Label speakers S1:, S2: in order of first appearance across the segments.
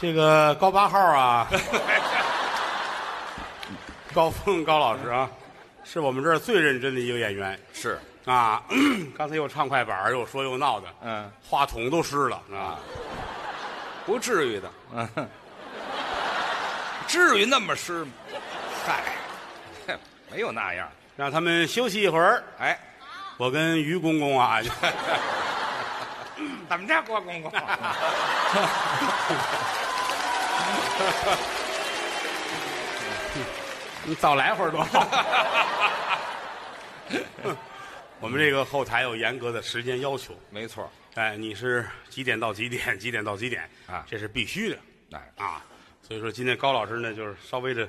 S1: 这个高八号啊，高峰高老师啊，是我们这儿最认真的一个演员
S2: 是，
S1: 啊。 刚才又唱快板儿，又说又闹的，
S2: 嗯，
S1: 话筒都湿了啊。
S2: 不至于的，嗯，至于那么湿吗？嗨，嘿没有那样。
S1: 让他们休息一会儿，
S2: 哎，
S1: 我跟于公公啊，
S2: 怎么着，郭公 公？
S1: 你早来会儿多好。 我们这个后台有严格的时间要求，
S2: 没错，
S1: 哎，你是几点到几点？几点到几点？
S2: 啊
S1: 这是必须的
S2: 哎，
S1: 啊。所以说今天高老师呢，就是稍微的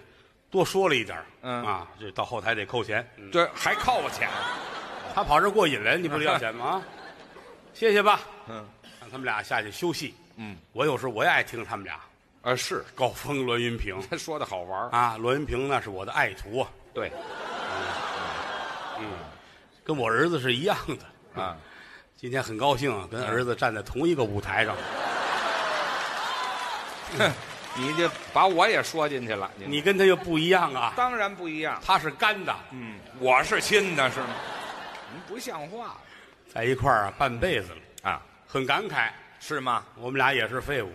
S1: 多说了一点儿
S2: 嗯
S1: 啊，这到后台得扣钱。嗯
S2: 这还靠我钱？
S1: 他跑这儿过瘾来，你不得要钱吗？啊，谢谢吧，
S2: 嗯，
S1: 让他们俩下去休息。
S2: 嗯，
S1: 我有时候我也爱听他们俩，
S2: 啊，是
S1: 高峰、栾云平
S2: 他说的好玩儿
S1: 啊，栾云平那是我的爱徒啊，
S2: 对，
S1: 跟我儿子是一样的。
S2: 啊，
S1: 今天很高兴啊，跟儿子站在同一个舞台上。
S2: 你这把我也说进去了，你
S1: 你跟他又不一样啊，
S2: 当然不一样。
S1: 他是干的，
S2: 嗯，我是亲的，是吗？您不像话
S1: 在一块儿啊半辈子了，
S2: 啊，
S1: 很感慨。
S2: 是吗？
S1: 我们俩也是废物，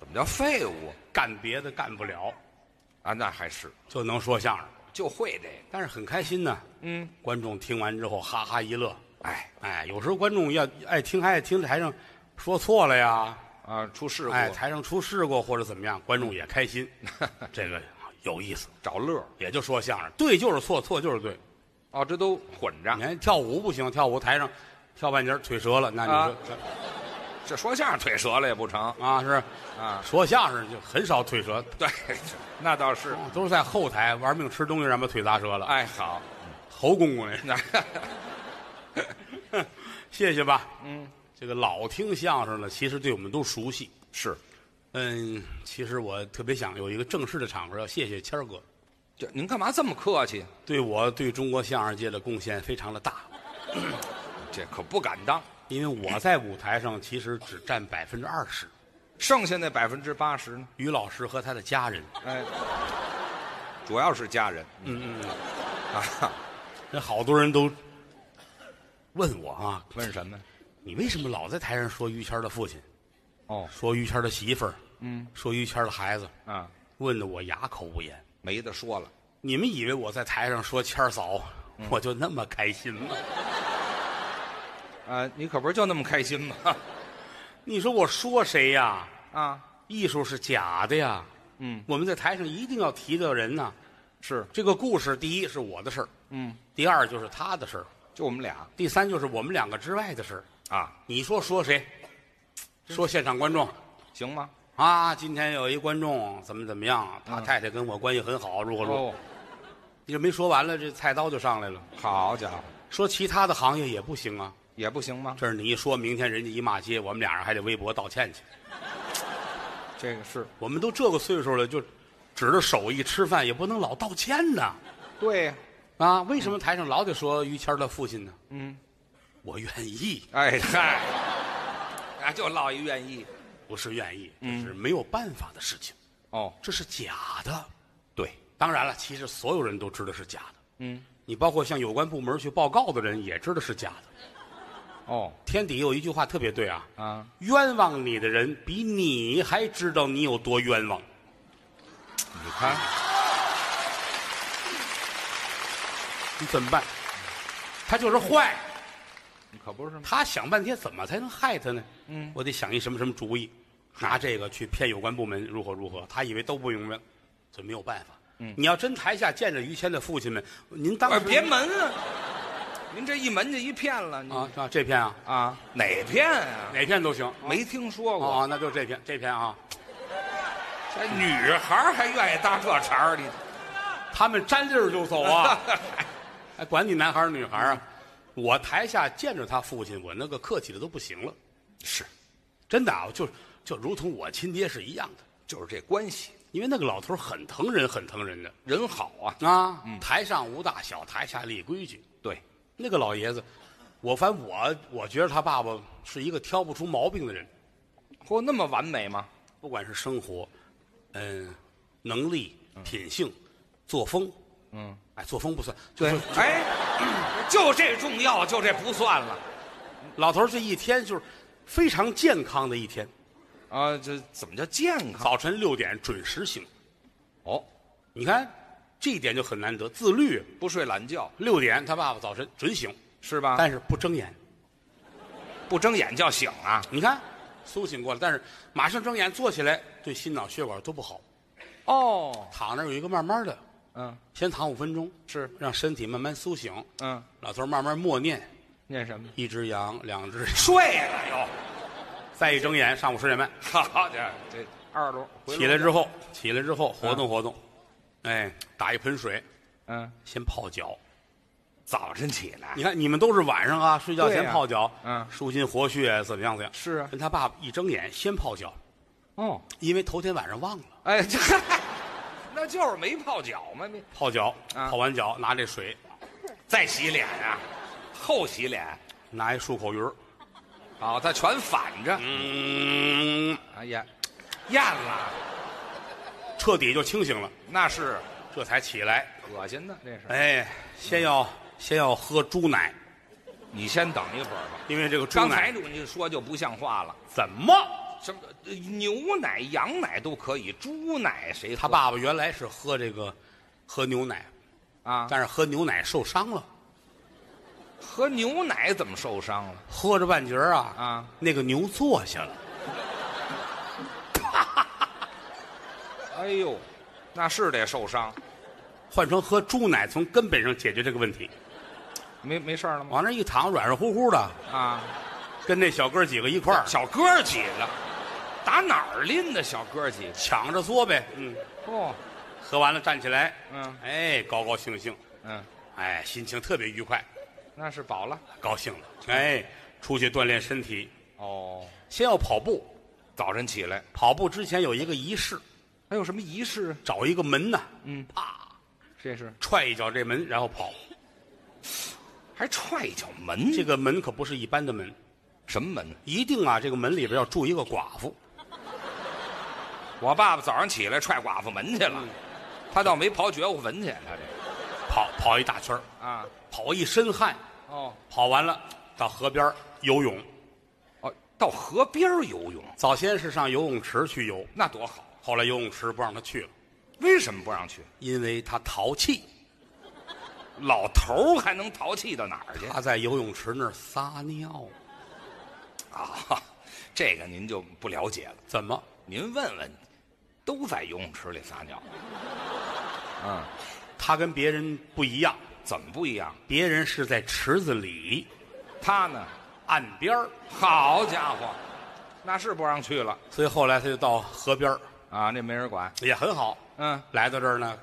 S2: 怎么叫废物
S1: 干别的干不了，
S2: 啊？那还是
S1: 就能说相声，
S2: 就会这个。
S1: 但是很开心呢。
S2: 嗯，
S1: 观众听完之后哈哈一乐。
S2: 哎
S1: 哎，有时候观众要爱听，还爱听台上说错了呀，
S2: 啊，出事故、
S1: 哎，台上出事故或者怎么样，观众也开心， 这个有意思。
S2: 找乐儿
S1: 也就说相声，对就是错，错就是对。
S2: 哦，这都混着
S1: 你。看跳舞不行，跳舞台上跳半截儿腿折了，那你
S2: 啊
S1: 说
S2: 这说相声腿折了也不成
S1: 啊是
S2: 啊？
S1: 说相声就很少腿折，
S2: 对，那倒是。
S1: 都是在后台玩命吃东西，让把腿砸折了。
S2: 哎，好，
S1: 侯公公
S2: 那
S1: 那， 谢谢吧。嗯，这个老听相声的，其实对我们都熟悉。
S2: 是，
S1: 嗯，其实我特别想有一个正式的场合，要谢谢谦儿哥，
S2: 这您干嘛这么客气？
S1: 对我对中国相声界的贡献非常的大，
S2: 这可不敢当。
S1: 因为我在舞台上其实只占百分之二十。
S2: 剩下那百分之八十呢？
S1: 于老师和他的家人，
S2: 哎，主要是家人。嗯嗯。啊，
S1: 那好多人都问我啊，
S2: 问什么？
S1: 你为什么老在台上说于谦儿的父亲，
S2: 哦，
S1: 说于谦儿的媳妇儿，嗯，说于谦儿的孩子，
S2: 啊，
S1: 问得我哑口无言。
S2: 没得说了。
S1: 你们以为我在台上说谦儿嫂，
S2: 嗯
S1: 我就那么开心吗？
S2: 啊，你可不是就那么开心吗？
S1: 你说我说谁呀？
S2: 啊，
S1: 艺术是假的呀。
S2: 嗯，
S1: 我们在台上一定要提到人呐。
S2: 是，
S1: 这个故事，第一是我的事儿，
S2: 嗯，
S1: 第二就是他的事儿，
S2: 就我们俩
S1: 第三就是我们两个之外的事儿。
S2: 啊，
S1: 你说说谁？说现场观众
S2: 行吗？
S1: 啊，今天有一观众怎么怎么样，他太太跟我关系很好，如何如何。
S2: 嗯哦，
S1: 你这没说完了，这菜刀就上来了。
S2: 好家伙，
S1: 说其他的行业也不行啊，
S2: 也不行吗？
S1: 这是你一说，明天人家一骂街，我们俩人还得微博道歉去。
S2: 这个是
S1: 我们都这个岁数了，就指着手艺吃饭，也不能老道歉呐。
S2: 对呀、
S1: 啊，为什么台上老得说于谦儿的父亲呢？
S2: 嗯，
S1: 我愿意，
S2: 哎嗨， 啊，就落一愿意。
S1: 不是愿意，这是没有办法的事情，
S2: 哦，
S1: 这是假的。
S2: 对，
S1: 当然了，其实所有人都知道是假的。
S2: 嗯，
S1: 你包括向有关部门去报告的人也知道是假的。
S2: 哦，
S1: 天底有一句话特别对啊，
S2: 啊，
S1: 冤枉你的人比你还知道你有多冤枉。
S2: 你看，
S1: 你怎么办？他就是坏，
S2: 你可不是吗？
S1: 他想半天怎么才能害他呢？
S2: 嗯，
S1: 我得想一什么什么主意，拿这个去骗有关部门如何如何。他以为都不明白，这没有办法。嗯，你要真台下见着于谦的父亲们，您当
S2: 哎，
S1: 时
S2: 别门啊！您这一门就一骗了，你
S1: 啊啊这片啊
S2: 啊哦哪骗啊？
S1: 哪片都行
S2: 没听说过，
S1: 啊，那就这片这片啊，
S2: 这女孩儿还愿意搭这茬儿，你
S1: 他们沾粒儿就走 啊，还管你男孩儿女孩儿啊。我台下见着他父亲，我那个客气的都不行了，
S2: 是
S1: 真的啊，就就如同我亲爹是一样的，
S2: 就是这关系，
S1: 因为那个老头儿很疼人，很疼人的。
S2: 人好啊。
S1: 啊，台上无大小，台下立规矩。
S2: 对，
S1: 那个老爷子，我反正我我觉得他爸爸是一个挑不出毛病的人。
S2: 嚯，那么完美吗？
S1: 不管是生活，嗯，能力、品性、作风，
S2: 嗯，
S1: 哎，作风不算，就
S2: 对
S1: 是，
S2: 哎， 就这重要，就这不算了
S1: 老头儿这一天就是非常健康的一天，
S2: 啊！这怎么叫健康？
S1: 早晨六点准时醒，
S2: 哦，
S1: 你看这一点就很难得，自律。
S2: 不睡懒觉
S1: 六点他爸爸早晨准醒，
S2: 是吧？
S1: 但是不睁眼。
S2: 不睁眼叫醒啊！
S1: 你看，苏醒过来，但是马上睁眼坐起来，对心脑血管都不好。
S2: 哦，
S1: 躺那儿有一个慢慢的，
S2: 嗯，
S1: 先躺五分钟，
S2: 是，
S1: 让身体慢慢苏醒。
S2: 嗯，
S1: 老头儿慢慢默念：
S2: 念什么？
S1: 一只羊，两只，
S2: 睡了又，
S1: 再一睁眼，上午十点半
S2: 好家伙，这二楼回
S1: 起
S2: 笼
S1: 来之后，起来之后活动活动，哎，打一盆水，
S2: 嗯，
S1: 先泡脚。
S2: 早晨起来
S1: 你看，你们都是晚上啊，睡觉
S2: 对呀
S1: 前泡脚，
S2: 嗯
S1: 舒筋活血，怎么样怎么样？
S2: 是啊
S1: 跟他爸爸一睁眼先泡脚，
S2: 哦，
S1: 因为头天晚上忘了
S2: 哎，这 那就是没泡脚嘛，你
S1: 泡脚，
S2: 啊
S1: 泡完脚拿这水，
S2: 再洗脸啊，后洗脸，
S1: 拿一漱口鱼儿，
S2: 哦，它全反着，
S1: 嗯，
S2: 哎呀，咽了，
S1: 彻底就清醒了，
S2: 那是
S1: 这才起来。
S2: 恶心的，这是。
S1: 哎，先要先要喝猪奶，
S2: 你先等一会儿吧。
S1: 因为这个猪
S2: 刚
S1: 奶
S2: 才你说就不像话了，
S1: 怎么？
S2: 什么呃牛奶、羊奶都可以，猪奶谁喝
S1: 他爸爸原来是喝这个喝牛奶，
S2: 啊？
S1: 但是喝牛奶受伤了，
S2: 喝牛奶怎么受伤了？
S1: 喝着半截儿啊
S2: 啊，
S1: 那个牛坐下了。
S2: 哎呦，那是得受伤，
S1: 换成喝猪奶，从根本上解决这个问题。
S2: 没没事儿了吗？
S1: 往那一躺，软软乎乎的，
S2: 啊，
S1: 哦跟那小哥几个一块儿
S2: 小哥几个，打哪儿拎的小哥几个？
S1: 抢着嘬呗。嗯，
S2: 哦，
S1: 喝完了站起来，
S2: 嗯
S1: 哎，高高兴兴，
S2: 嗯，
S1: 哎，心情特别愉快，
S2: 那是饱了。
S1: 高兴了，哎，出去锻炼身体，
S2: 哦，
S1: 先要跑步。
S2: 早晨起来
S1: 跑步之前有一个仪式，
S2: 还有什么仪式？
S1: 找一个门呐，
S2: 嗯，
S1: 啪
S2: 这是
S1: 踹一脚这门，然后跑。
S2: 还踹一脚门？
S1: 这个门可不是一般的门，
S2: 什么门？
S1: 一定啊，这个门里边要住一个寡妇。
S2: 我爸爸早上起来踹寡妇门去了，他倒没刨觉悟坟去，他这
S1: 跑跑一大圈儿
S2: 啊，
S1: 跑一身汗，
S2: 哦
S1: 跑完了到河边儿游泳。
S2: 哦，到河边儿游泳
S1: 早先是上游泳池去游，
S2: 那多好，
S1: 后来游泳池不让他去了，
S2: 为什么不让去？
S1: 因为他淘气，
S2: 老头儿还能淘气到哪儿去
S1: 他在游泳池那儿撒尿。
S2: 啊？这个您就不了解了，
S1: 怎么？
S2: 您问问，都在游泳池里撒尿，嗯，
S1: 他跟别人不一样，
S2: 怎么不一样？
S1: 别人是在池子里、
S2: 他呢？
S1: 岸边儿
S2: 好家伙，那是不让去了
S1: 所以后来他就到河边儿
S2: 啊，那没人管，
S1: 也很好。
S2: 嗯，
S1: 来到这儿呢，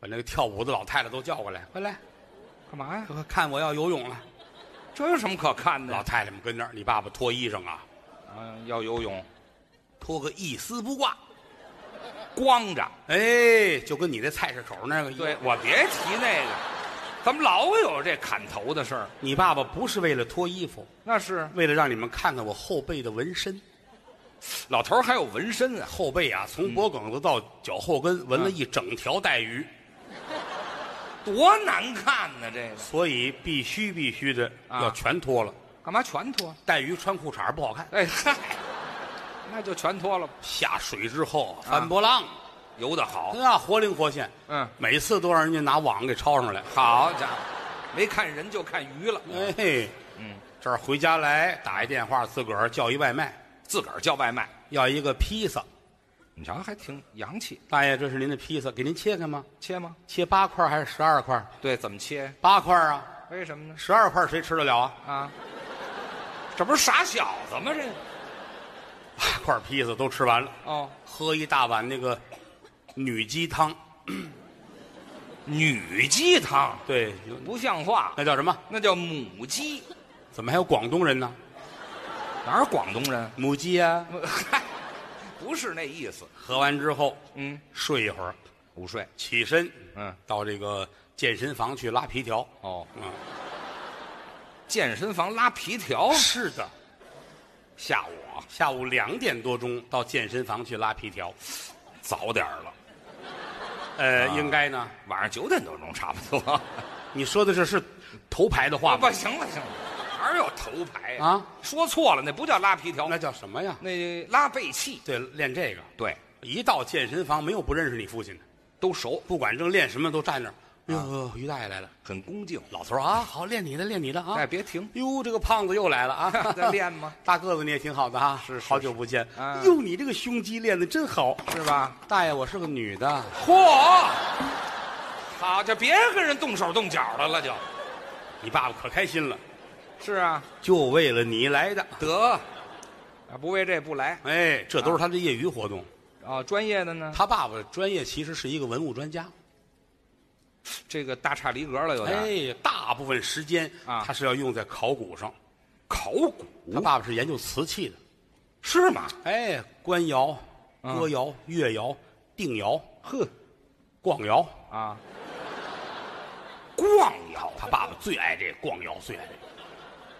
S1: 把那个跳舞的老太太都叫过来，快来，
S2: 干嘛呀？
S1: 快看我要游泳了。
S2: 这有什么可看的
S1: 老
S2: 呀？
S1: 太太们跟那儿，你爸爸脱衣裳啊，
S2: 嗯，要游泳，
S1: 脱个一丝不挂，
S2: 光着。
S1: 哎，就跟你那菜市口那个一样。
S2: 对，我别提那个，怎么老有这砍头的事儿？
S1: 你爸爸不是为了脱衣服，
S2: 那是
S1: 为了让你们看看我后背的纹身，
S2: 老头儿还有纹身啊，
S1: 后背啊，从脖梗子到脚后跟
S2: 嗯
S1: 纹了一整条带鱼，
S2: 多难看呢、这个
S1: 所以必须必须的
S2: 啊
S1: 要全脱了。
S2: 干嘛全脱？
S1: 带鱼穿裤衩不好看，
S2: 哎嗨，那就全脱了吧，
S1: 下水之后啊
S2: 啊
S1: 翻波浪，
S2: 游得好。
S1: 那、活灵活现。
S2: 嗯，
S1: 每次都让人家拿网给抄上来。
S2: 好家伙，没看人就看鱼了。
S1: 哎嘿，
S2: 嗯，
S1: 这儿回家来打一电话，自个儿叫一外卖，
S2: 自个儿叫外卖，
S1: 要一个披萨。
S2: 你瞧还挺洋气。
S1: 大爷，这是您的披萨，给您切开吗？
S2: 切吗？
S1: 切八块还是十二块？
S2: 对，怎么切？
S1: 八块啊，
S2: 为什么呢？
S1: 十二块谁吃得了啊？
S2: 啊，这不是傻小子吗？这个
S1: 八块披萨都吃完了，
S2: 哦，
S1: 喝一大碗那个女鸡汤，
S2: 女鸡汤
S1: 对，
S2: 不像话，
S1: 那叫什么？
S2: 那叫母鸡。
S1: 怎么还有广东人呢？
S2: 哪儿广东人？
S1: 母鸡啊！
S2: 嗨， 不是那意思。
S1: 喝完之后
S2: 嗯，
S1: 睡一会儿，
S2: 午睡。
S1: 起身
S2: 嗯，
S1: 到这个健身房去拉皮条。
S2: 哦，
S1: 嗯，哦
S2: 健身房拉皮条
S1: 是的，
S2: 下午啊，
S1: 下午两点多钟到健身房去拉皮条，
S2: 早点儿了，
S1: 呃，应该呢。
S2: 晚上九点多钟差不 多。啊
S1: 你说的这是头牌的话
S2: 不
S1: 吗？
S2: 行了行了，哪有头牌呀
S1: 啊？
S2: 说错了，那不叫拉皮条，
S1: 那叫什么呀？
S2: 那拉背气。
S1: 对，练这个。
S2: 对，
S1: 一到健身房，没有不认识你父亲的，
S2: 都熟，
S1: 不管正练什么都站那儿。哟，于大爷来了，
S2: 很恭敬。
S1: 老头儿啊，好，练你的，练你的啊。
S2: 哎，别 停，！
S1: 哟，这个胖子又来了啊
S2: 在练吗？
S1: 大个子你也挺好的啊，
S2: 是是
S1: 好久不见
S2: 啊。
S1: 哟，你这个胸肌练的真好，
S2: 是吧？
S1: 大爷，我是个女的，
S2: 嚯！好，这别跟人动手动脚的了，就
S1: 你爸爸可开心了，
S2: 是啊，
S1: 就为了你来的。
S2: 得啊，不为这不来
S1: 哎，这都是他的业余活动。
S2: 啊。专业的呢，
S1: 他爸爸专业其实是一个文物专家，
S2: 这个大差离格了，有点、
S1: 哎，大部分时间
S2: 啊哦
S1: 他是要用在考古上。
S2: 考古
S1: 他爸爸是研究瓷器的，
S2: 是吗？
S1: 哎，官窑、
S2: 嗯
S1: 歌窑、越窑、定窑、
S2: 呵
S1: 逛窑，
S2: 啊，逛窑
S1: 他爸爸最爱这逛窑，最爱这个。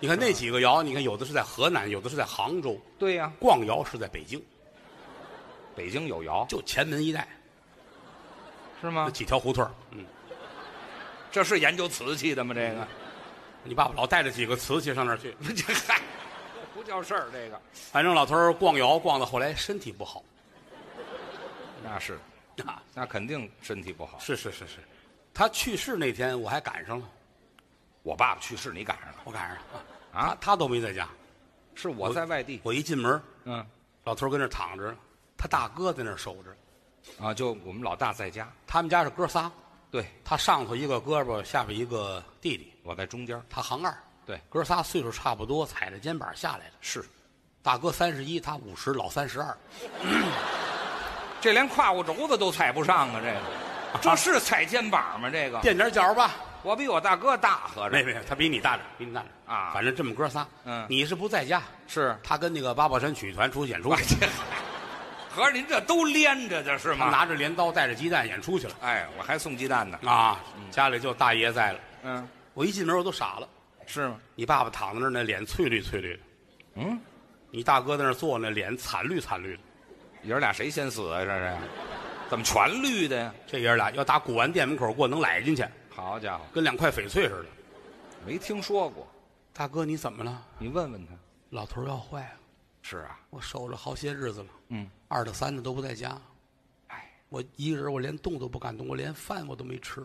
S1: 你看那几个窑，你看有的是在河南，有的是在杭州，
S2: 对呀、
S1: 逛窑是在北京，
S2: 北京有窑
S1: 就前门一带
S2: 啊是
S1: 那
S2: 吗？
S1: 几条胡同儿嗯，
S2: 这是研究瓷器的吗？这个
S1: 你爸爸老带着几个瓷器上那儿去，
S2: 这嗨，
S1: 嗯
S2: 这不叫事儿，这个
S1: 反正老头儿逛窑逛到后来身体不好，
S2: 那是
S1: 啊，
S2: 那肯定身体不好。
S1: 是是是是，他去世那天我还赶上了，
S2: 我爸爸去世，你赶上了
S1: 我赶上了
S2: 啊
S1: 他他都没在家，
S2: 是我在外地，
S1: 我一进门，
S2: 嗯
S1: 老头儿跟那儿躺着，他大哥在那儿守着，
S2: 啊，就我们老大在家，
S1: 他们家是哥仨，
S2: 对
S1: 他上头一个胳膊，下边一个弟弟，
S2: 我在中间，
S1: 他行二，
S2: 对
S1: 哥仨岁数差不多，踩着肩膀下来的。
S2: 是，
S1: 大哥三十一，他五十，老三十二。
S2: 这连胯骨轴子都踩不上啊，这 个这是踩肩膀吗？这个
S1: 垫点脚吧，
S2: 我比我大哥大，合
S1: 没有
S2: 着
S1: 没有，他比你大点，比你大点
S2: 啊
S1: 反正这么哥仨，
S2: 嗯
S1: 你是不在家，
S2: 是，
S1: 他跟那个八宝山曲艺团出去演出
S2: 哇
S1: 去，
S2: 这合着您这都连着的是
S1: 他
S2: 吗？
S1: 拿着镰刀带着鸡蛋演出去了
S2: 哎，我还送鸡蛋呢，
S1: 啊。家里就大爷在了，
S2: 嗯，
S1: 我一进门我都傻了。
S2: 是吗？
S1: 你爸爸躺在那儿，那脸翠绿翠绿的，
S2: 嗯，
S1: 你大哥在那儿坐呢，脸惨绿惨绿的。
S2: 爷儿俩谁先死啊？这是，怎么全绿的呀？
S1: 这爷儿俩要打古玩店门口过，能揽进去，
S2: 好家伙，
S1: 跟两块翡翠似的。
S2: 没听说过，
S1: 大哥，你怎么了？
S2: 你问问他。
S1: 老头儿要坏了，
S2: 是啊，
S1: 我守着好些日子了，
S2: 嗯，
S1: 二的三的都不在家，
S2: 哎，
S1: 我一个人我连动都不敢动，我连饭我都没吃，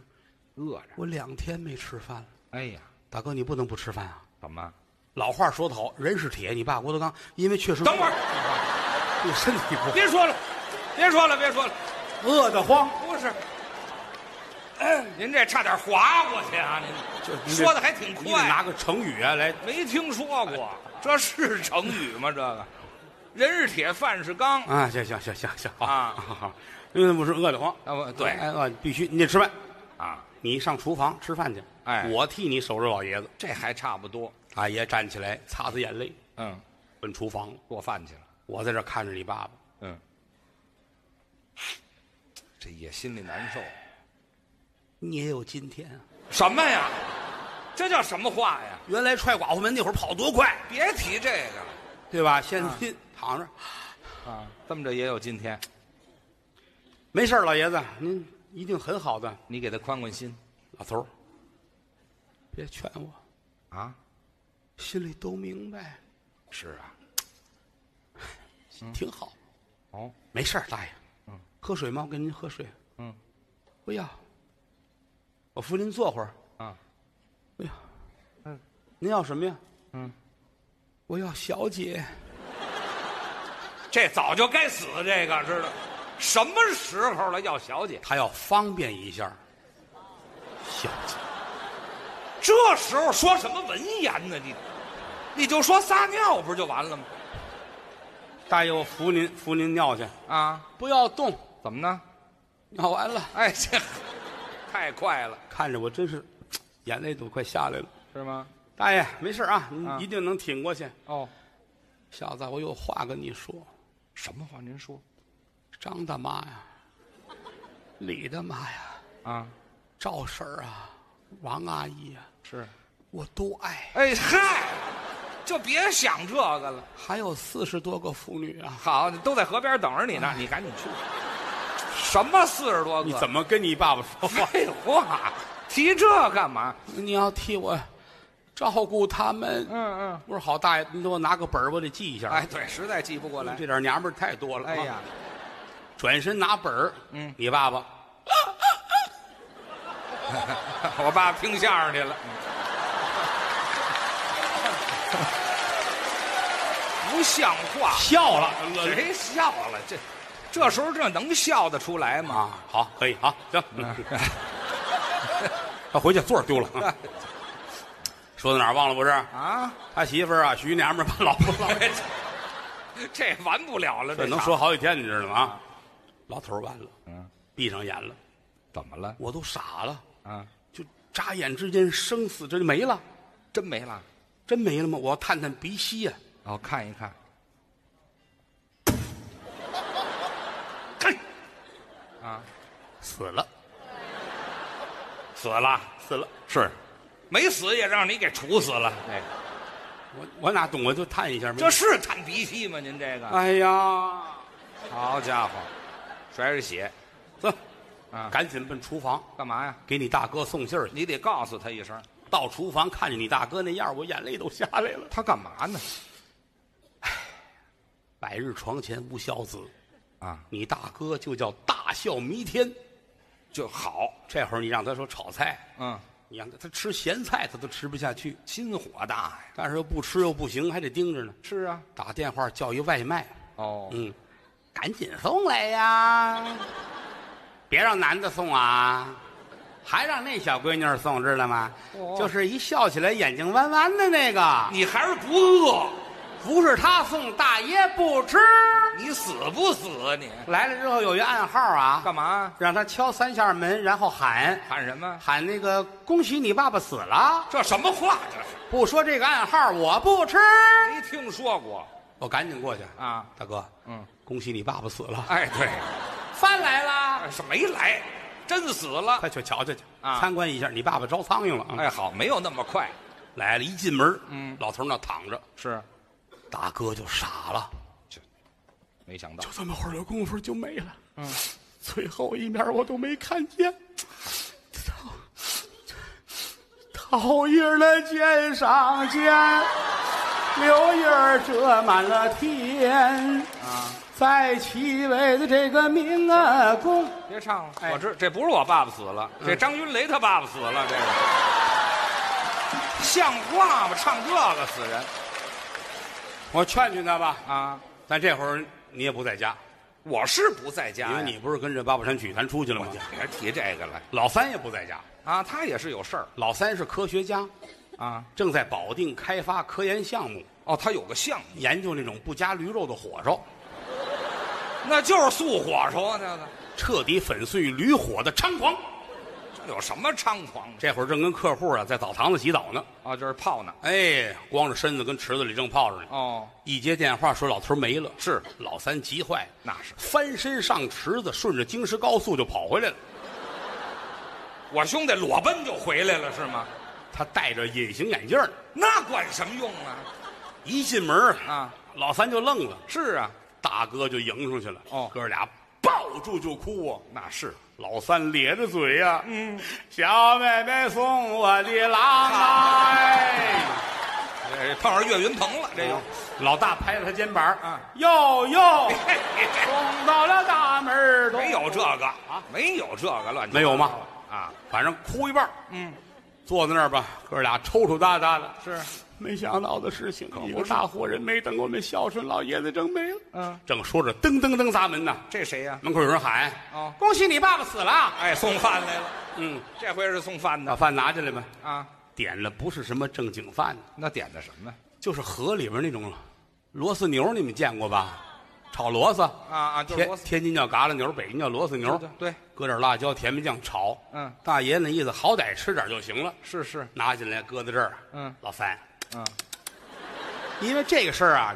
S2: 饿着，
S1: 我两天没吃饭了。
S2: 哎呀，
S1: 大哥，你不能不吃饭啊！
S2: 怎么？
S1: 老话说得好，人是铁。你爸郭德纲因为确实
S2: 等会儿，
S1: 你身体不好，
S2: 别说了，别说了，别说了，
S1: 饿得慌，
S2: 不是。哎您这差点划过去啊！
S1: 就
S2: 您
S1: 你得
S2: 说的还挺
S1: 你得
S2: 快，
S1: 拿个成语啊来。
S2: 没听说过，这是成语吗？这个，人是铁，饭是钢。
S1: 啊，行行行行行好
S2: 啊
S1: 好好，因为不是饿得慌，
S2: 啊，不对
S1: 哎饿必须你得吃饭，
S2: 啊，
S1: 你上厨房吃饭去。
S2: 哎
S1: 我替你守着老爷子。
S2: 这还差不多。
S1: 大爷站起来，擦擦眼泪，
S2: 嗯，
S1: 奔厨房了。
S2: 做饭去了。
S1: 我在这看着你爸爸，
S2: 嗯， 这也心里难受。
S1: 你也有今天啊！
S2: 什么呀？这叫什么话呀？
S1: 原来踹寡妇门那会儿跑多快，
S2: 别提这个了
S1: 对吧？现在躺着
S2: 啊！这么着也有今天，
S1: 没事儿老爷子，您一定很好的。
S2: 你给他宽宽心
S1: 老头儿，别劝我，
S2: 啊。
S1: 心里都明白，
S2: 是啊，
S1: 挺好，
S2: 哦，
S1: 没事儿，大爷。
S2: 嗯，
S1: 喝水吗？我给您喝水。
S2: 嗯，
S1: 不要，我扶您坐会儿。
S2: 啊，
S1: 哎呀，
S2: 嗯，
S1: 您要什么呀？
S2: 嗯，
S1: 我要小姐。
S2: 这早就该死，这个知道。什么时候了要小姐？
S1: 他要方便一下儿，小姐。
S2: 这时候说什么文言呢？你，你就说撒尿不是就完了吗？
S1: 大爷，我扶您扶您尿去，
S2: 啊，
S1: 不要动，
S2: 怎么呢？
S1: 尿完了。
S2: 哎，这太快了，
S1: 看着我真是，眼泪都快下来了。
S2: 是吗？
S1: 大爷，没事啊，您
S2: 啊
S1: 一定能挺过去。
S2: 哦，
S1: 小子，我有话跟你说，
S2: 什么话？您说
S1: 张大妈呀，李大妈呀，
S2: 啊？
S1: 赵婶儿啊，王阿姨呀、
S2: 是。
S1: 我都爱。
S2: 哎嗨，就就别想这个了。
S1: 还有四十多个妇女啊！
S2: 好，都在河边等着你呢，你赶紧去。什么四十多个？
S1: 你怎么跟你爸爸说话？
S2: 废话，提这干嘛？
S1: 你要替我照顾他们。
S2: 嗯嗯。
S1: 我说好大爷，你给我拿个本儿，我得记一下。啊
S2: 哎，对，实在记不过来。
S1: 这点娘们儿太多了。啊
S2: 哎呀，，
S1: 转身拿本儿。
S2: 嗯，
S1: 你爸爸啊
S2: 我爸听相声去 了。不像话，
S1: 笑了。
S2: 哎谁
S1: 哎
S2: 笑了？这这时候这能笑得出来吗？
S1: 啊，好，可以，好，行。
S2: 嗯
S1: 他回去座儿丢了。 说到哪儿忘了不是？
S2: 啊，
S1: 他媳妇儿啊，徐娘们儿把老婆老
S2: 这完不了了，
S1: 这能
S2: 场
S1: 说好几天，你知道吗？啊，老头儿完了，
S2: 嗯，
S1: 闭上眼了，
S2: 怎么了？
S1: 我都傻了，
S2: 啊，
S1: 就眨眼之间，生死这就没了，
S2: 真没了。
S1: 真没了吗？我要探探鼻息呀、
S2: 哦，看一看，
S1: 哎，
S2: 啊，
S1: 死了，
S2: 死了，
S1: 死了，是
S2: 没死也让你给处死了。哎，
S1: 我我哪懂？我就探一下没
S2: 这是探鼻涕吗？您这个，
S1: 哎呀，
S2: 啊好家伙，甩着血
S1: 走，
S2: 啊
S1: 赶紧奔厨房
S2: 干嘛呀？
S1: 给你大哥送信儿去。
S2: 你得告诉他一声。
S1: 到厨房看见你大哥那样儿，我眼泪都下来了。
S2: 他干嘛呢？
S1: 百日床前无孝子，
S2: 啊，
S1: 你大哥就叫大孝弥天。
S2: 就好，
S1: 这会儿你让他说炒菜，
S2: 嗯，
S1: 你让他他吃咸菜他都吃不下去，
S2: 心火大呀。
S1: 但是又不吃又不行，还得盯着呢。
S2: 是啊，
S1: 打电话叫一外卖，
S2: 哦，
S1: 嗯，赶紧送来呀！别让男的送啊，还让那小闺女儿送，知道吗？
S2: 哦
S1: 就是一笑起来眼睛弯弯的那个，
S2: 你还是不饿，
S1: 不是他送，大爷不吃。
S2: 你死不死啊你？
S1: 来了之后有一暗号啊，
S2: 干嘛？
S1: 让他敲三下门，然后喊
S2: 喊什么？
S1: 喊那个恭喜你爸爸死了。
S2: 这什么话？这是
S1: 不说这个暗号，我不吃。
S2: 没听说过
S1: 我赶紧过去，
S2: 啊。
S1: 大哥，
S2: 嗯，
S1: 恭喜你爸爸死了，
S2: 哎，对，
S1: 饭来啦，
S2: 哎是没来，真死了。
S1: 快去瞧瞧去，
S2: 啊
S1: 参观一下，你爸爸招苍蝇了啊！
S2: 哎，好，没有那么快。
S1: 来了，一进门，
S2: 嗯
S1: 老头儿那躺着，
S2: 是，
S1: 大哥就傻了，
S2: 没想到
S1: 就这么会儿的功夫就没了，嗯，最后一面我都没看见，桃桃叶儿的肩上肩，柳叶儿遮满了天，
S2: 啊！
S1: 在七位的这个明啊宫。
S2: 别唱了，
S1: 哎
S2: 我知这不是我爸爸死了，这张云雷他爸爸死了，这个像话吗？唱这个死人
S1: 我劝劝他吧，
S2: 啊！
S1: 但这会儿你也不在家，
S2: 我是不在家
S1: 因
S2: 呀，
S1: 为你不是跟着八宝山曲艺团出去了吗？
S2: 别提这个了
S1: 老三也不在家，
S2: 啊！他也是有事儿
S1: 老三是科学家，
S2: 啊。
S1: 正在保定开发科研项目，
S2: 哦，他有个项目，
S1: 研究那种不加驴肉的火烧，
S2: 那就是素火烧啊，那个
S1: 彻底粉碎驴火的猖狂。
S2: 这有什么猖狂的
S1: 这会儿正跟客户啊在澡堂子洗澡呢，
S2: 啊？就是泡呢。
S1: 哎，光着身子跟池子里正泡着呢。
S2: 哦，
S1: 一接电话说老头没了，
S2: 是
S1: 老三急坏，
S2: 那是
S1: 翻身上池子，顺着京石高速就跑回来了。
S2: 我兄弟裸奔就回来了是吗？
S1: 他戴着隐形眼镜儿呢
S2: 那管什么用啊？
S1: 一进门
S2: 啊，
S1: 老三就愣了。
S2: 是啊，
S1: 大哥就迎上去了。
S2: 哦
S1: 哥俩抱住就哭啊！
S2: 那是
S1: 老三咧着嘴呀、嗯，小妹妹送我的 郎啊！哎
S2: 这碰上岳云鹏了，这又、
S1: 老大拍着他肩膀，
S2: 啊，
S1: 哟哟，
S2: 嘿嘿嘿
S1: 送到了大门儿东
S2: 没有这个啊，没有这个乱七八糟的
S1: 没有吗？
S2: 啊，
S1: 反正哭一半儿，
S2: 嗯，
S1: 坐在那儿吧，哥俩抽抽搭搭的。
S2: 是
S1: 没想到的事情，一个大活人没等我们孝顺老爷子正没了。
S2: 嗯，
S1: 正说着，噔噔噔砸门呢，
S2: 这谁呀、
S1: 门口有人喊：“
S2: 哦
S1: 恭喜你爸爸死了
S2: 哎，送饭来了，！”
S1: 嗯，
S2: 这回是送饭
S1: 把
S2: 的
S1: 饭拿进来吧。
S2: 啊。
S1: 点了不是什么正经饭，
S2: 那点的什么呢？
S1: 就是河里边那种螺丝牛，你们见过吧？炒螺丝
S2: 啊啊，就是
S1: 天
S2: 螺丝。
S1: 天津叫嘎啦牛，北京叫螺丝牛
S2: 对，对，
S1: 搁点辣椒、甜面酱炒。
S2: 嗯，
S1: 大爷那意思，好歹吃点就行了。
S2: 是是，
S1: 拿进来搁在这儿，
S2: 嗯
S1: 老三，
S2: 嗯，
S1: 因为这个事儿啊，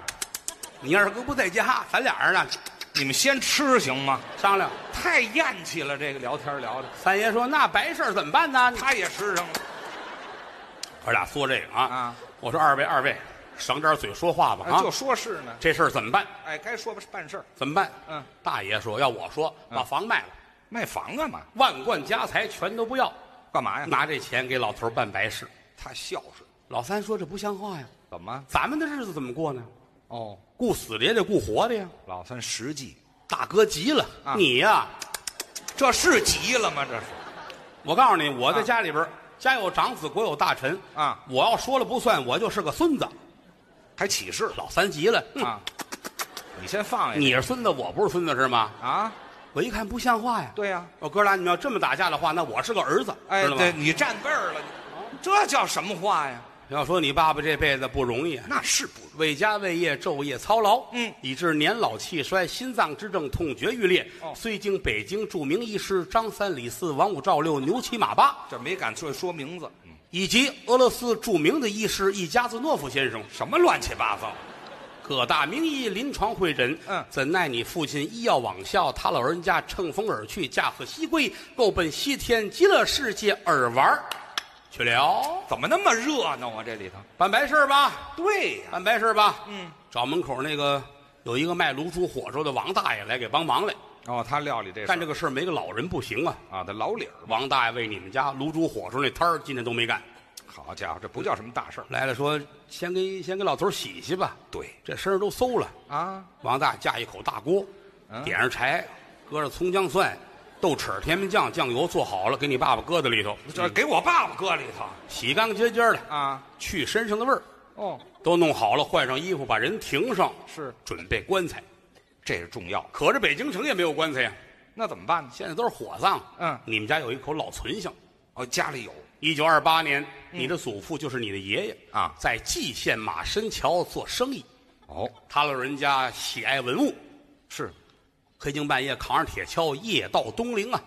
S1: 你二哥不在家，咱俩人呢
S2: 你们先吃行吗？
S1: 商量。
S2: 太厌气了，这个聊天聊的，
S1: 三爷说：“那白事儿怎么办呢
S2: 他也吃上了
S1: 我俩说这个啊，
S2: 啊
S1: 我说二位二位，省点嘴说话吧
S2: 哎
S1: 啊！
S2: 就说是呢。
S1: 这事儿怎么办？
S2: 哎，该说吧是办事儿，
S1: 怎么办？
S2: 嗯，
S1: 大爷说，要我说，把房卖了，
S2: 卖房干嘛？
S1: 万贯家财全都不要，
S2: 干嘛呀？
S1: 拿这钱给老头儿办白事。
S2: 他孝顺，
S1: 老三说这不像话呀，
S2: 怎么？
S1: 咱们的日子怎么过呢？
S2: 哦，
S1: 顾死的也得顾活的呀。
S2: 老三实际，
S1: 大哥急了，
S2: 啊
S1: 你呀、
S2: 这是急了吗？这是
S1: 我告诉你，我在
S2: 啊
S1: 家里边儿，家有长子，国有大臣
S2: 啊
S1: 我要说了不算，我就是个孙子。
S2: 还起誓
S1: 老三急了，嗯
S2: 啊？哎你先放下
S1: 你是孙子，我不是孙子是吗？
S2: 啊？
S1: 我一看不像话呀。
S2: 对呀、
S1: 我哥俩，你们要这么打架的话，那我是个儿子，
S2: 哎，
S1: 知道
S2: 对
S1: 吗？
S2: 你站辈儿了，你这叫什么话呀？
S1: 要说你爸爸这辈子不容易啊，
S2: 那是不
S1: 为家为业昼夜操劳，
S2: 嗯
S1: 以致年老气衰，心脏之症痛绝欲裂。
S2: 哦
S1: 虽经北京著名医师张三、李四、王五、赵六、牛七、马八，
S2: 这没敢说说名字，嗯
S1: 以及俄罗斯著名的医师一加兹诺夫先生，
S2: 什么乱七八糟？
S1: 各大名医临床会诊，
S2: 嗯
S1: 怎奈你父亲医药网效，他老人家乘风而去，驾鹤西归，够奔西天极乐世界耳玩儿去了。
S2: 怎么那么热闹啊？这里头？
S1: 办白事儿吧，
S2: 对呀、
S1: 办白事儿吧。
S2: 嗯，
S1: 找门口那个有一个卖卤煮火烧的王大爷来给帮忙来。
S2: 哦，他料理这事
S1: 干这
S2: 个
S1: 个事儿没个老人不行啊。
S2: 啊，他老理儿吧。
S1: 王大爷为你们家卤煮火烧那摊儿今天都没干，
S2: 好家伙，这不叫什么大事儿。
S1: 来了说先给先给老头儿洗洗吧，
S2: 对
S1: 这身上都馊了。
S2: 啊，
S1: 王大爷架一口大锅，
S2: 嗯
S1: 点上柴，搁上葱姜蒜、豆豉、甜面酱、酱油，做好了，给你爸爸搁在里头，
S2: 这给我爸爸搁里头
S1: 洗干干净净的，
S2: 啊。
S1: 去身上的味儿，
S2: 哦，
S1: 都弄好了，换上衣服，把人停上，
S2: 是，
S1: 准备棺材。
S2: 这是重要。
S1: 可是北京城也没有棺材呀，啊
S2: 那怎么办呢？
S1: 现在都是火葬。
S2: 嗯
S1: 你们家有一口老存性，
S2: 哦，家里有
S1: 一九二八年，
S2: 嗯
S1: 你的祖父就是你的爷爷
S2: 啊
S1: 在蓟县马身桥做生意，
S2: 哦，
S1: 他老人家喜爱文物，
S2: 是
S1: 黑更半夜扛着铁锹夜到东陵啊，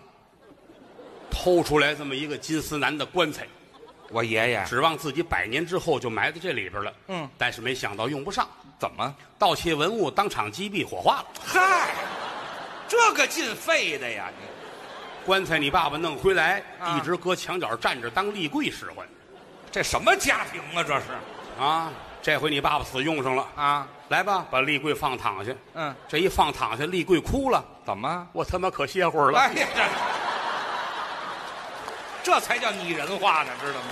S1: 偷出来这么一个金丝楠的棺材，
S2: 我爷爷
S1: 指望自己百年之后就埋在这里边了。
S2: 嗯，
S1: 但是没想到用不上，
S2: 怎么？
S1: 盗窃文物当场击毙火化了。
S2: 嗨，这个进肺的呀！你
S1: 棺材你爸爸弄回来，
S2: 啊
S1: 一直搁墙角站着当立柜使唤。
S2: 这什么家庭啊？这是
S1: 啊，这回你爸爸死用上了，
S2: 啊？
S1: 来吧，把立柜放躺下。
S2: 嗯，
S1: 这一放躺下，立柜哭了，
S2: 怎么？
S1: 我他妈可歇会儿了。
S2: 哎呀，这这才叫拟人化呢，知道吗？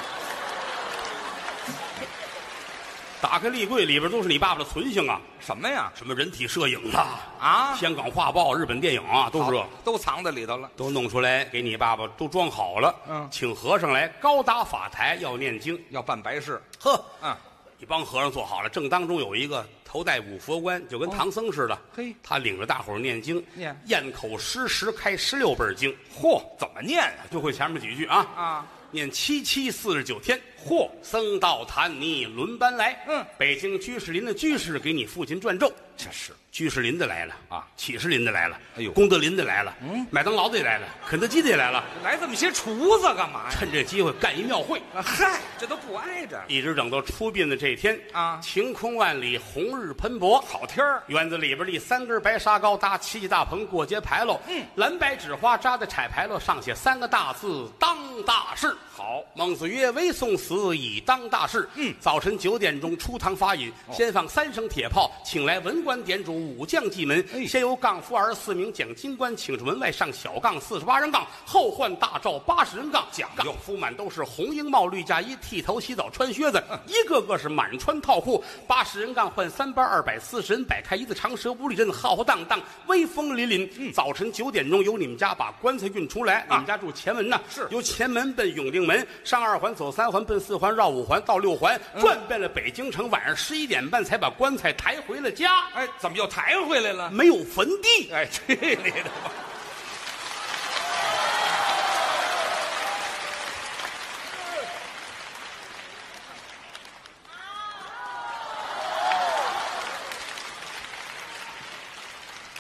S1: 打开立柜，里边都是你爸爸的存性啊，
S2: 什么呀？
S1: 什么人体摄影啊。
S2: 啊，
S1: 香港画报、日本电影啊，都是
S2: 好都藏在里头了。
S1: 都弄出来给你爸爸都装好了。
S2: 嗯
S1: 请和尚来高搭法台，要念经。
S2: 要办白事，
S1: 呵，
S2: 嗯，
S1: 一帮和尚做好了，正当中有一个头戴五佛冠，就跟唐僧似的。
S2: 嘿
S1: 他领着大伙儿哦念经，
S2: 念
S1: 咽口失时开十六本经，
S2: 嚯，怎么念啊？
S1: 就会前面几句啊
S2: 啊，
S1: 念七七四十九天。嚯，僧道坛尼轮班来。
S2: 嗯
S1: 北京居士林的居士给你父亲转咒。
S2: 这是
S1: 居士林的来了
S2: 啊
S1: 启士林的来了，
S2: 哎呦
S1: 功德林的来了，
S2: 嗯
S1: 麦当劳的也来了，肯德基的也来了，
S2: 来这么些厨子干嘛呀？
S1: 趁这机会干一庙会，
S2: 啊嗨，这都不挨着
S1: 一直等到出殡的这天
S2: 啊
S1: 晴空万里，红日喷薄，好
S2: 天儿
S1: 院子里边立三根白沙高搭七大棚过街牌楼，
S2: 嗯，
S1: 蓝白纸花扎在彩牌楼上写三个大字“当大事”。好，孟子曰：“唯送死以当大事。”
S2: 嗯哦
S1: 早晨九点钟出堂发引，先放三声铁炮，请来文官点主、武将进门。
S2: 哎
S1: 先由杠夫二十四名讲金官请出门外，上小杠四十八人杠，后换大罩八十人杠。讲
S2: 究
S1: 杠夫满都是红缨帽、绿嫁衣、剃头、洗澡、穿靴子，
S2: 嗯
S1: 一个个是满穿套裤。八十人杠换三班，二百四十人摆开一字长蛇无里阵，浩浩荡荡，威风凛
S2: 嗯
S1: 凛。早晨九点钟由你们家把棺材运出来，你们家住前门呐，
S2: 啊是
S1: 由前门奔永定门，上二环走三环，奔四环绕五环到六环，
S2: 嗯
S1: 转遍了北京城。晚上十一点半才把棺材抬回了家，
S2: 哎，怎么又抬回来了？
S1: 没有坟地。
S2: 哎，这里头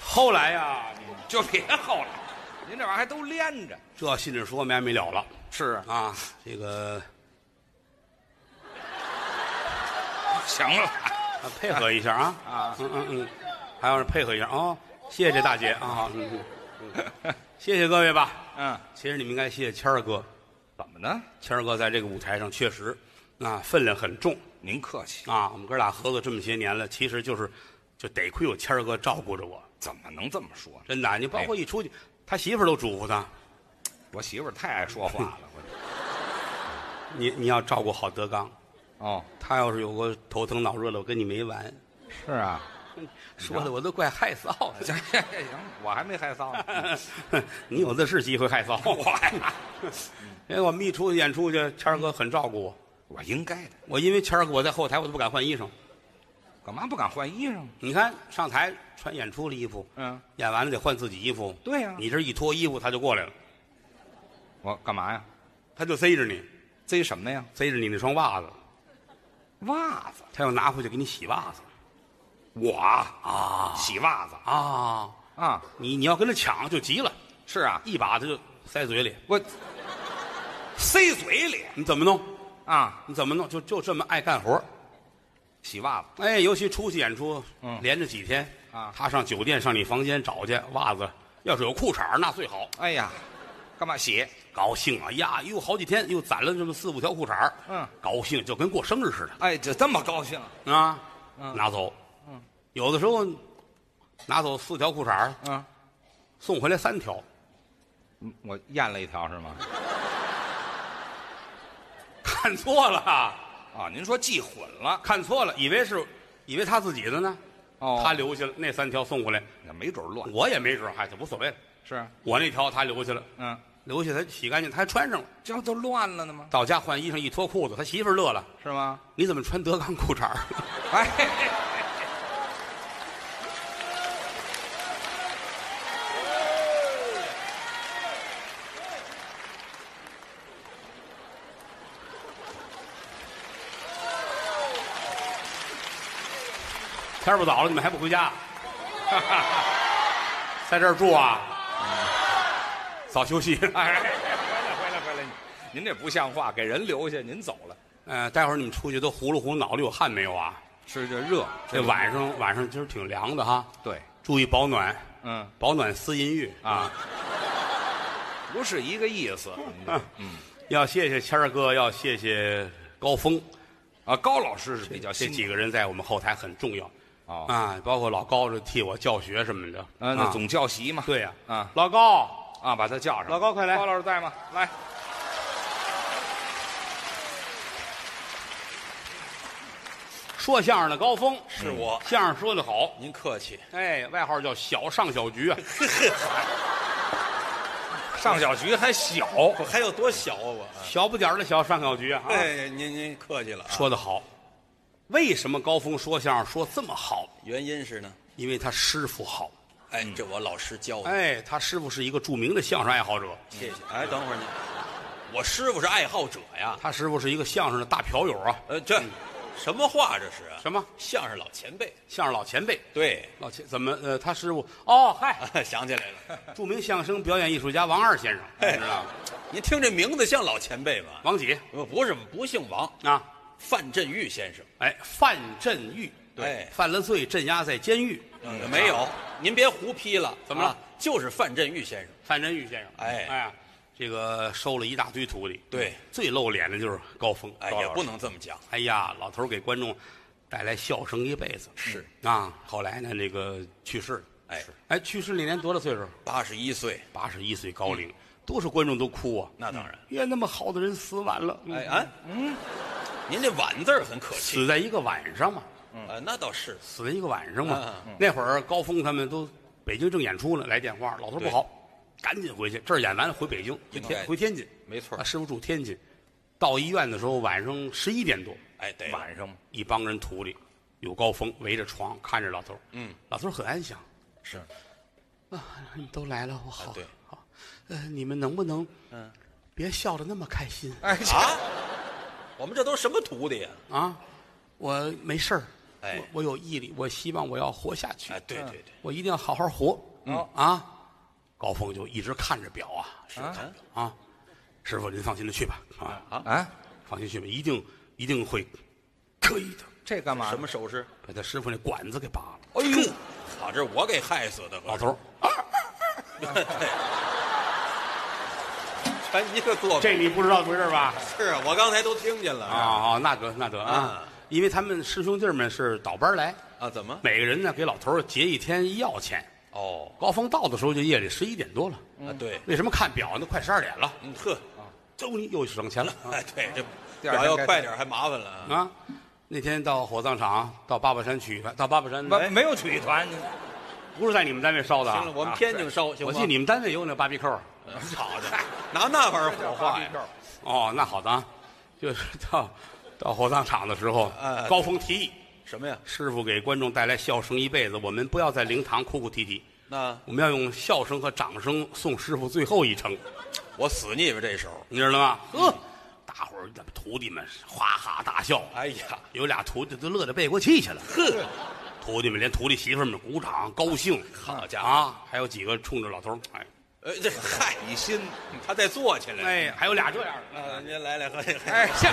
S1: 后来呀、
S2: 就别后来，您这玩意儿还都连着。
S1: 这信着说没完没了了
S2: 是啊，
S1: 啊！这个
S2: 行了，
S1: 啊配合一下啊
S2: 啊
S1: 嗯嗯嗯，还要是配合一下啊、哦！谢谢这大姐啊，嗯嗯嗯谢谢各位吧。
S2: 嗯，
S1: 其实你们应该谢谢谦儿哥，
S2: 怎么呢？
S1: 谦儿哥在这个舞台上确实啊分量很重，
S2: 您客气，
S1: 啊，我们哥俩合作这么些年了，其实就是就得亏有谦儿哥照顾着我，
S2: 怎么能这么说呢？
S1: 真的。你包括一出去，他媳妇儿都嘱咐他，
S2: 我媳妇儿太爱说话了，我这
S1: 你你要照顾好德刚，
S2: 哦，
S1: 他要是有个头疼脑热的，我跟你没完。
S2: 是啊，
S1: 说的我都怪害臊的。
S2: 行行行，我还没害臊呢，
S1: 你有的是机会害臊。因为我们一出去演出去，谦儿哥很照顾我。
S2: 我应该的，
S1: 我因为谦儿哥我在后台我都不敢换衣裳。
S2: 干嘛不敢换衣裳？
S1: 你看上台穿演出的衣服，
S2: 嗯，
S1: 演完了得换自己衣服。
S2: 对呀
S1: 你这一脱衣服他就过来了，
S2: 我干嘛呀？
S1: 他就塞着你，
S2: 贼什么呀？
S1: 塞着你那双袜子，
S2: 袜子，
S1: 他要拿回去给你洗袜子
S2: 我啊，洗袜子
S1: 啊。
S2: 啊，
S1: 你你要跟他抢就急了，
S2: 是啊，
S1: 一把他就塞嘴里，
S2: 我塞嘴里
S1: 你怎么弄？
S2: 啊，
S1: 你怎么弄？就就这么爱干活儿
S2: 洗袜子，
S1: 哎，尤其出去演出，
S2: 嗯
S1: 连着几天
S2: 啊
S1: 他上酒店上你房间找去袜子，要是有裤衩儿那最好，
S2: 哎呀，干嘛洗？
S1: 高兴啊呀，又好几天又攒了这么四五条裤衩儿
S2: 嗯，
S1: 高兴就跟过生日似
S2: 哎，这这么高兴
S1: 的啊，
S2: 嗯
S1: 拿走，有的时候拿走四条裤衩儿
S2: 啊？
S1: 送回来三条，
S2: 嗯我咽了一条是吗？
S1: 看错了，
S2: 啊，您说记混了，
S1: 看错了，以为是以为他自己的呢，
S2: 哦
S1: 他留下了那三条送回来，
S2: 那没准儿乱
S1: 我也没准儿，哎嗨，就无所谓了，
S2: 是，
S1: 我那条他留下了，
S2: 嗯，
S1: 留下他洗干净，他还穿上了。
S2: 这都乱了呢吗？
S1: 到家换衣裳一脱裤子，他媳妇儿乐了
S2: 是吗？：“
S1: 你怎么穿德纲裤衩儿
S2: 哎，嘿嘿
S1: 天儿不早了，你们还不回家？ 在这儿住啊？早休息。
S2: 哎，回来回来回来，您这不像话，给人留下，您走了，
S1: 呃，待会儿你们出去都糊了糊脑子，有汗没有啊？
S2: 是这热，
S1: 这晚上晚上今儿挺凉的哈，
S2: 对，
S1: 注意保暖，
S2: 嗯
S1: 保暖思淫欲。
S2: 啊，不是一个意思，您 这
S1: 要谢谢谦儿哥，要谢谢高峰，
S2: 啊，高老师是比较
S1: 这
S2: 辛
S1: 几
S2: 苦
S1: 个人在我们后台很重要
S2: 啊，
S1: 啊，包括老高这替我教学什么的。
S2: 啊，那总教习嘛，
S1: 对呀
S2: 啊
S1: 老高，
S2: 啊，把他叫上，
S1: 老高快来
S2: 高老师在吗？来，
S1: 说相声的高峰是
S3: 我
S1: 相声说的好，
S3: 您客气，
S1: 哎，外号叫小上小局啊，
S2: 上小学还小，
S3: 我还有多小啊我？啊
S1: 小不点儿的小上小局啊。
S3: 哎，您您客气了啊。
S1: 说的好，为什么高峰说相声说这么好？
S3: 原因是呢，
S1: 因为他师傅好，
S3: 哎，这我老师教的。
S1: 哎，他师傅是一个著名的相声爱好者，
S3: 谢谢。哎，等会儿您，我师傅是爱好者呀。
S1: 他师傅是一个相声的大嫖友啊，
S3: 呃，这什么话这是啊？
S1: 什么
S3: 相声老前辈？
S1: 相声老前辈，
S3: 对，
S1: 老前怎么呃，他师傅哦嗨，
S3: 啊想起来了。
S1: 著名相声表演艺术家王二先生，
S3: 哎
S1: 你知道吗？
S3: 您听这名字像老前辈吗？
S1: 王几
S3: 不不是，不姓王，
S1: 啊？
S3: 范振钰先生。
S1: 哎，范振钰，
S3: 对
S1: 犯了罪镇压在监狱，
S3: 嗯，没有，您别胡批了。
S1: 怎么了
S3: 啊？就是范振钰先生。
S1: 范振钰先生，
S3: 哎
S1: 哎，这个收了一大堆徒弟，
S3: 对，
S1: 最露脸的就是高峰，
S3: 嗯哎，
S1: 高
S3: 也
S1: 老师
S3: 不，能这么讲。
S1: 哎呀，老头儿给观众带来笑声一辈子，
S3: 是
S1: 啊，后来呢，那个去世了，
S3: 哎
S1: 是，哎，去世那年多大岁数？
S3: 八十一岁，
S1: 八十一岁高
S3: 嗯
S1: 龄，多少观众都哭啊，
S3: 那当然。
S1: 越那么好的人死晚了，嗯
S3: 哎啊，嗯，您这晚字儿很可气
S1: 死在一个晚上嘛，
S3: 啊，那倒是
S1: 死在一个晚上嘛
S3: 啊，
S1: 那会儿高峰他们都北京正演出呢，来电话，老头儿不
S3: 对哎
S1: 好，赶紧回去，这儿演完了回北京，回
S3: 应该
S1: 天回天津。
S2: 没错
S1: 他，啊师傅住天津，到医院的时候晚上十一点多，
S3: 哎，对，
S2: 晚上嘛
S1: 一帮人徒弟有高峰围着床看着老头嗯，老头儿很安详
S3: 是
S1: 啊，你们都来了，我好，
S3: 啊对
S1: 好，呃，你们能不能
S3: 嗯
S1: 别笑得那么开心
S2: 哎，
S3: 啊， 我们这都什么徒弟呀？
S1: 啊？我没事儿，
S3: 哎
S1: 我我有毅力，我希望我要活下去，
S3: 哎，对对哦对，
S1: 我一定要好好活，
S2: 嗯
S1: 啊。高峰就一直看着表啊，
S3: 是看
S1: 啊，师傅您放心的去吧，啊，
S2: 啊，
S1: 放心去吧，一定一定会可以的。
S2: 这干嘛？
S3: 什么？手势？
S1: 把他师傅那管子给拔了。啊
S3: 哎呦，好，这是我给害死的，
S1: 老
S3: 我
S1: 头儿，
S3: 全一个做法
S1: 这你不知道怎么回事吧？
S3: 是啊，我刚才都听见了
S1: 啊，啊，那得那得啊
S3: 啊，
S1: 因为他们师兄弟们是倒班来，
S3: 啊？怎么？
S1: 每个人呢给老头儿结一天医药钱。
S3: 哦，
S1: 高峰到的时候就夜里十一点多了，
S3: 啊对，
S1: 为什么看表呢？快十二点了，
S3: 嗯呵，
S1: 周你又省钱了
S3: 哎对，这
S2: 第二
S3: 表
S2: 天
S3: 要
S2: 该
S3: 快点还麻烦了啊。
S1: 啊！那天到火葬场，到八宝山取到八宝山
S2: 没没有曲艺团，
S1: 不是在你们单位烧的啊
S3: 行了，我们
S2: 啊
S3: 天津烧，行
S1: 我
S3: 吗
S1: 记得你们单位有那芭比扣儿
S3: 好的，拿那玩 意儿火化呀？
S1: 哦，那好的啊，就是到到火葬场的时候，
S3: 呃
S1: 高峰提议
S3: 什么呀？
S1: 师傅给观众带来笑声一辈子，我们不要在灵堂哭哭啼啼，
S3: 那
S1: 我们要用笑声和掌声送师傅最后一程，
S3: 我死你们这手。
S1: 你知道吗？呵，大伙儿徒弟们哈哈大笑，
S3: 哎呀，
S1: 有俩徒弟都乐得背过气去了。呵，徒弟们连徒弟媳妇们鼓掌高兴，
S3: 好家伙，
S1: 啊，还有几个冲着老头儿，哎
S3: 呃，这嗨，你心，他再坐起来。
S1: 哎，还有俩这样的，
S3: 啊，您来来喝，
S2: 哎，
S3: 哎，
S2: 像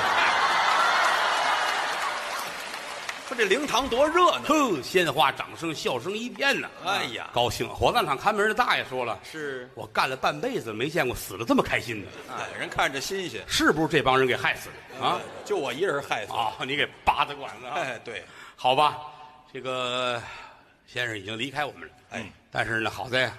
S3: 说这灵堂多热闹。
S1: 哼，鲜花掌声笑声一片呐。啊
S3: 哎呀，
S1: 高兴！火葬场看门的大爷说了
S3: 是：“，
S1: 我干了半辈子没见过死的这么开心的，
S3: 哎人看着新鲜
S1: 是不是这帮人给害死的啊？
S3: 对就我一人害死。
S1: 啊，你给扒的管子啊？
S3: 哎，对，
S1: 好吧，这个先生已经离开我们了，
S3: 哎，
S1: 但是呢，好在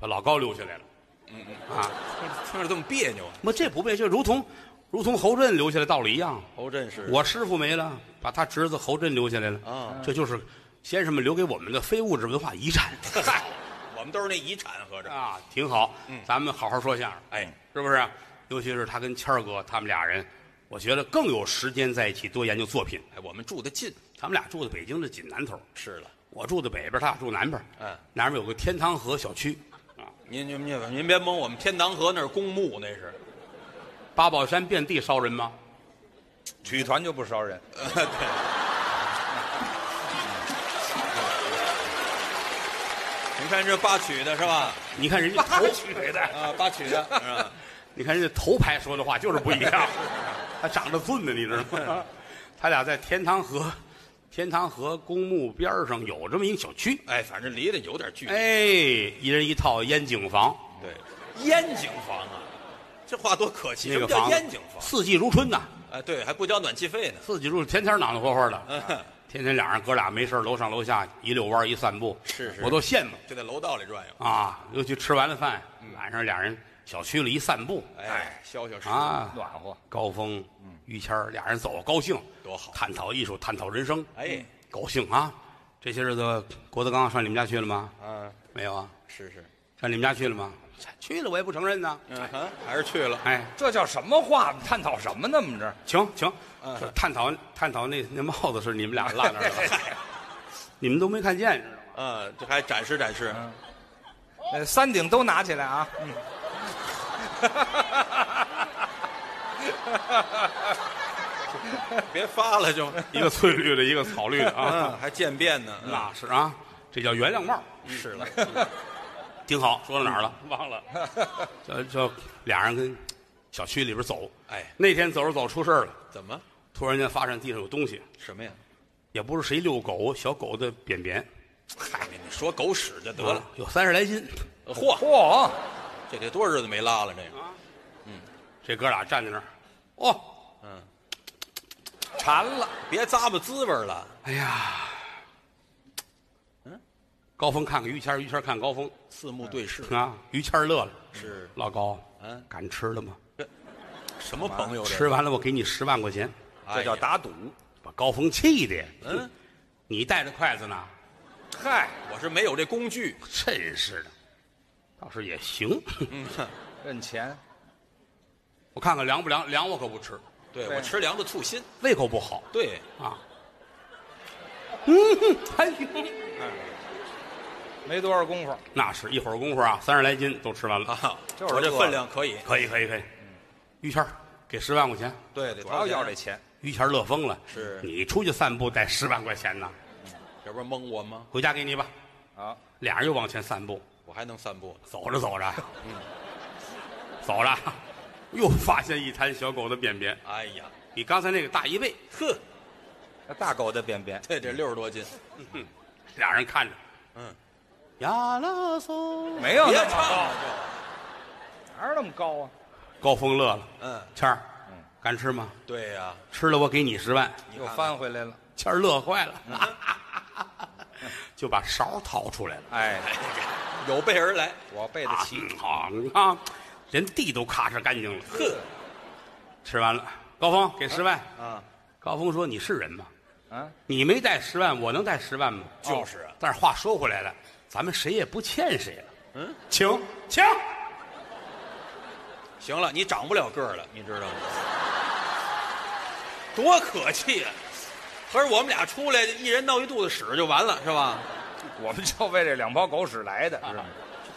S1: 把老高留下来了。
S3: 嗯
S1: 啊嗯
S3: 听着这么别扭啊。
S1: 那这不被就如同如同侯震留下来道理一样，
S3: 侯震哦是
S1: 我师傅没了，把他侄子侯震留下来了
S3: 嗯啊，
S1: 这就是先生们留给我们的非物质文化遗产
S3: 嗨，我们都是那遗产，合着。
S1: 啊，挺好。
S3: 嗯
S1: 咱们好好说相声。
S3: 哎，
S1: 是不是？尤其是他跟谦儿哥他们俩人，我觉得更有时间在一起多研究作品。
S3: 哎，我们住的近，
S1: 他们俩住的北京的锦南头，
S3: 是了。
S1: 我住的北边，他俩住南边。
S3: 嗯，
S1: 南边有个天堂河小区，
S3: 您您您您别蒙，我们天堂河那是公墓，那是。
S1: 八宝山遍地烧人吗？
S2: 曲艺团就不烧人，
S3: 您看这八曲的是吧？
S1: 你看人家头，
S2: 的，
S3: 啊，八曲 的，是吧
S1: 你看人家头牌说的话就是不一样，他长得俊呢，你知道吗？ 他俩在天堂河，天堂河公墓边儿上有这么一个小区，
S3: 哎，反正离得有点距离。
S1: 哎，一人一套烟景房，
S3: 对，烟景房啊，这话多可气！
S1: 那个
S3: 什么
S1: 房
S3: 叫烟景房？
S1: 四季如春呐，
S3: 哎，对，还不交暖气费呢。
S1: 四季如春天天暖暖和和的。
S3: 嗯，
S1: 天天俩人哥俩没事儿楼上楼下一遛弯儿一散步，
S3: 是是
S1: 我都羡慕
S3: 就在楼道里转悠。
S1: 啊。尤其吃完了饭，晚上俩人小区里一散步，
S3: 哎，消消食。
S1: 啊，
S2: 暖和。
S1: 高峰、于谦儿俩人走，高兴
S3: 多好
S1: 探讨艺术，探讨人生，
S3: 哎，
S1: 高兴啊！这些日子，郭德纲上你们家去了吗？
S3: 啊，
S1: 没有啊，
S3: 是是，
S1: 上你们家去了吗？去了，我也不承认呢。
S3: 嗯哼，还是去了。
S1: 哎，
S2: 这叫什么话？探讨什么呢？我们这儿
S1: 请请
S3: 嗯，
S1: 说探讨探讨那那帽子是你们俩落那儿了， 你们都没看见，知道吗
S3: 嗯，这还展示展示。
S2: 呃，三顶都拿起来啊！
S3: 别发了就。
S1: 一个翠绿的，一个草绿的啊。
S3: 嗯，还渐变呢。
S1: 那是啊，这叫原谅帽，
S3: 是了，
S1: 挺好。说到哪儿了？
S3: 嗯
S1: 忘 了。这这俩人跟小区里边走，
S3: 哎，
S1: 那天走着走出事儿了，
S3: 怎么？
S1: 突然间发现地上有东西，
S3: 什么呀？
S1: 也不是谁遛狗，小狗的便便啊
S3: 嗨，你说狗屎就得了。，
S1: 有三十来斤。
S3: 嚯，
S2: 嚯，
S3: 这得多少日子没拉了？这个，
S1: 这哥俩站在那儿，哦，
S3: 嗯，
S2: 馋了，
S3: 别咂巴滋味了。
S1: 哎呀，高峰看看于谦儿，于谦儿看高峰
S3: 四目对视
S1: 啊，于谦儿乐了，
S3: 是
S1: 老高，
S3: 嗯
S1: 敢吃了吗？
S3: 什么朋友？
S1: 吃，完了我给你十万块钱，
S3: 哎呀
S2: 这叫打赌。
S1: 把高峰气的呀，
S3: 嗯，
S1: 你带着筷子呢？
S2: 嗨，
S3: 我是没有这工具。
S1: 真是的，倒是也行。
S3: 嗯，
S2: 认钱，
S1: 我看看凉不凉，凉我可不吃，
S3: 对
S2: 对
S3: 我吃凉的醋心。
S1: 胃口不好
S3: 对，
S1: 啊。嗯，哎呦，
S2: 没多少功夫。
S1: 那是一会儿功夫啊，三十来斤都吃完了，
S3: 啊，
S2: 就是
S3: 我这
S2: 饿
S3: 分量可以。
S1: 可以可以可以。于谦儿给十万块钱，
S3: 对，得
S2: 主
S3: 掏
S2: 要要这
S3: 钱，
S2: 钱，
S1: 于谦儿乐疯了。
S3: 是
S1: 你出去散步带十万块钱呢，
S3: 这不是蒙我吗？
S1: 回家给你吧。
S2: 啊，
S1: 俩人又往前散步，
S3: 我还能散步。
S1: 走着走着，
S3: 嗯
S1: 走着， 又发现一滩小狗的便便，
S3: 哎呀，
S1: 比刚才那个大一倍。
S3: 呵，
S2: 那大狗的便便，
S3: 这这六十多斤，
S1: 俩人看着，
S3: 嗯，
S1: 呀啦嗦。
S2: 没有
S3: 别
S2: 那么
S3: 唱
S2: 高，
S3: 了
S2: 哪有那么高啊？
S1: 高峰乐了，
S3: 就。嗯，
S1: 谦儿，敢吃吗？
S3: 对呀，
S1: 吃了我给你十万。
S3: 你
S2: 又
S3: 看看
S2: 翻回来了，
S1: 谦儿乐坏了，就把勺掏出来了。
S2: 哎，
S3: 有备而来。
S2: 我背得
S1: 啊
S2: 起。
S1: 好，你看，连地都咔嚓干净了。
S3: 呵，
S1: 吃完了，高峰给十万。
S2: 啊，
S1: 高峰说：“你是人吗？
S2: 啊，
S1: 你没带十万，我能带十万吗？”哦
S3: 就是啊
S1: 但是话说回来了，咱们谁也不欠谁了。嗯，请请，
S3: 行了，你长不了个儿了，你知道吗？多可气啊！合着我们俩出来，一人闹一肚子屎就完了，是吧？
S2: 我们就为这两包狗屎来的，是吗？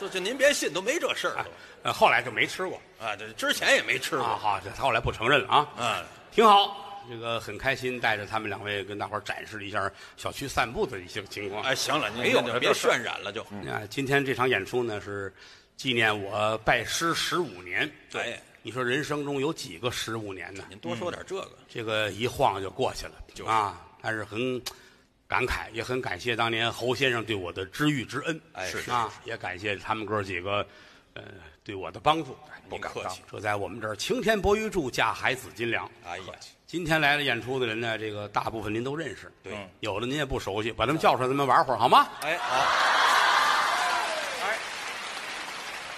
S3: 就就您别信，都没这事儿
S1: 呃，后来就没吃过
S3: 啊！这之前也没吃
S1: 啊。
S3: 过。
S1: 好，这后来不承认了啊。
S3: 嗯，
S1: 挺好，这个很开心，带着他们两位跟大伙儿展示了一下小区散步的一些情况。
S3: 哎，行了，您
S2: 没有
S3: 您
S2: 这
S3: 就别
S2: 这事儿嗯
S3: 渲染了，就
S1: 啊，今天这场演出呢是纪念我拜师十五年。
S3: 哎，
S1: 你说人生中有几个十五年呢？
S3: 您多说点这个。
S1: 这个一晃就过去了，
S3: 就是
S1: 啊，但是很感慨，也很感谢当年侯先生对我的知遇之恩，
S3: 哎是
S1: 啊，也感谢他们哥几个，呃，对我的帮助。
S3: 哎不客气
S1: 这在我们这儿晴天博玉柱，架海紫金
S2: 嗯
S1: 梁。
S3: 哎呀，
S1: 今天来了演出的人呢，这个大部分您都认识，
S3: 对
S1: 有的您也不熟悉，把他们叫出来，咱们玩会儿好吗？
S3: 哎，好，